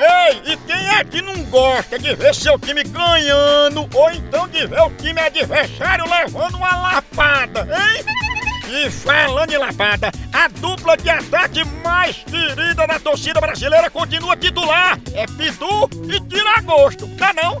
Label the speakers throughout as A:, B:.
A: Ei, e quem é que não gosta de ver seu time ganhando ou então de ver o time adversário levando uma lapada, hein? E falando em lapada, a dupla de ataque mais querida da torcida brasileira continua titular. É Pidu e Tiragosto, tá não?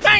A: Tá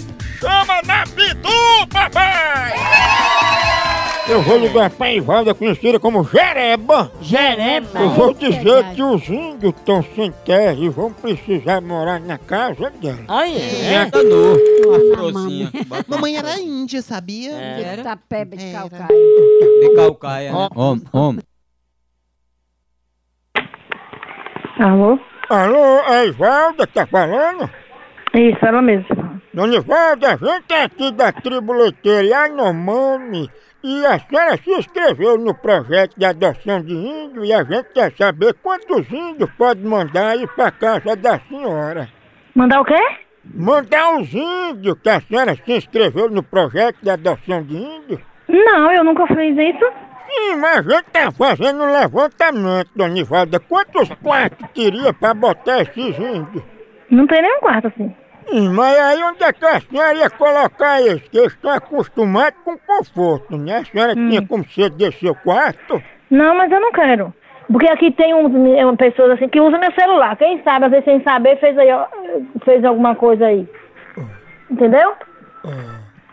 A: Chama na Pitu, papai! Eu vou ligar pra Ivalda, conhecida como Jereba.
B: Jereba?
A: Eu vou dizer que os índios estão sem terra e vão precisar morar na casa dela.
B: Ai, é?
C: Uma frozinha.
D: Mamãe era índia, sabia?
C: Era.
B: Tá peba de
D: Era.
B: calcaio.
C: De calcaia. né? Homem, homem.
E: Alô?
A: Alô, é Ivalda que tá falando?
E: Isso, ela mesma.
A: Dona Ivalda, a gente é aqui da tribo leiteira Yanomami e a senhora se inscreveu no projeto de adoção de índio e a gente quer saber quantos índios pode mandar aí pra casa da senhora.
E: Mandar o quê?
A: Mandar os índios que a senhora se inscreveu no projeto de adoção de índio?
E: Não, eu nunca fiz isso.
A: Sim, mas a gente tá fazendo um levantamento, Dona Ivalda. Quantos quartos teria pra botar esses índios?
E: Não tem nenhum quarto assim.
A: Sim, Mas aí onde é que a senhora ia colocar eles? Que eles estão acostumados com conforto, né? A senhora tinha como ser desse seu quarto?
E: Não, mas eu não quero. Porque aqui tem uns, um, pessoas assim que usam meu celular. Quem sabe, às vezes sem saber, fez, aí, ó, fez alguma coisa aí. Entendeu?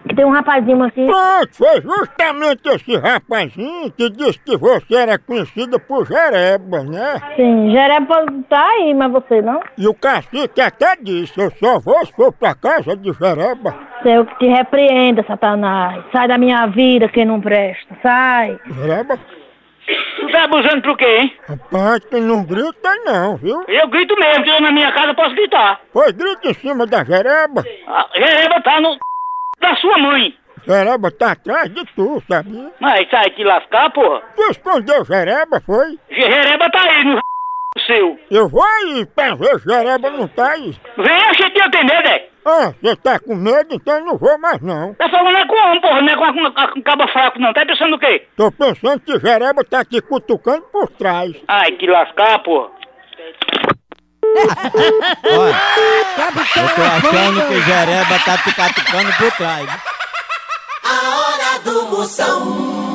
E: Que tem um rapazinho assim.
A: Pronto, foi justamente esse rapazinho que disse que você era conhecida por Jereba, né?
E: Sim, Jereba tá aí, mas você não.
A: E o cacique até disse, eu só vou se for pra casa de Jereba.
E: Eu que te repreenda, Satanás. Sai da minha vida, quem não presta. Sai.
A: Jereba?
F: Tu tá abusando por quê, hein?
A: Rapaz, tu não grita não, viu?
F: Eu grito mesmo, eu na minha casa posso gritar.
A: Pois grita em cima da Jereba.
F: A Jereba tá no da sua mãe.
A: Jereba tá atrás de tu, sabia?
F: Mas sai de lascar, porra.
A: Tu escondeu Jereba, foi?
F: Jereba tá aí no seu.
A: Eu vou aí pra ver Jereba não tá aí.
F: Vem a gente te atender, né?
A: Ah, você tá com medo, então eu não vou mais não.
F: Tá falando é com homem, porra, não é com, a- com, a- com cabo fraco, não. Tá pensando o quê?
A: Tô pensando que Jereba tá te cutucando por trás.
F: Ai, que lascar, porra.
C: Olha, eu tô achando que Jereba tá te catucando por trás.
G: A hora do Moção.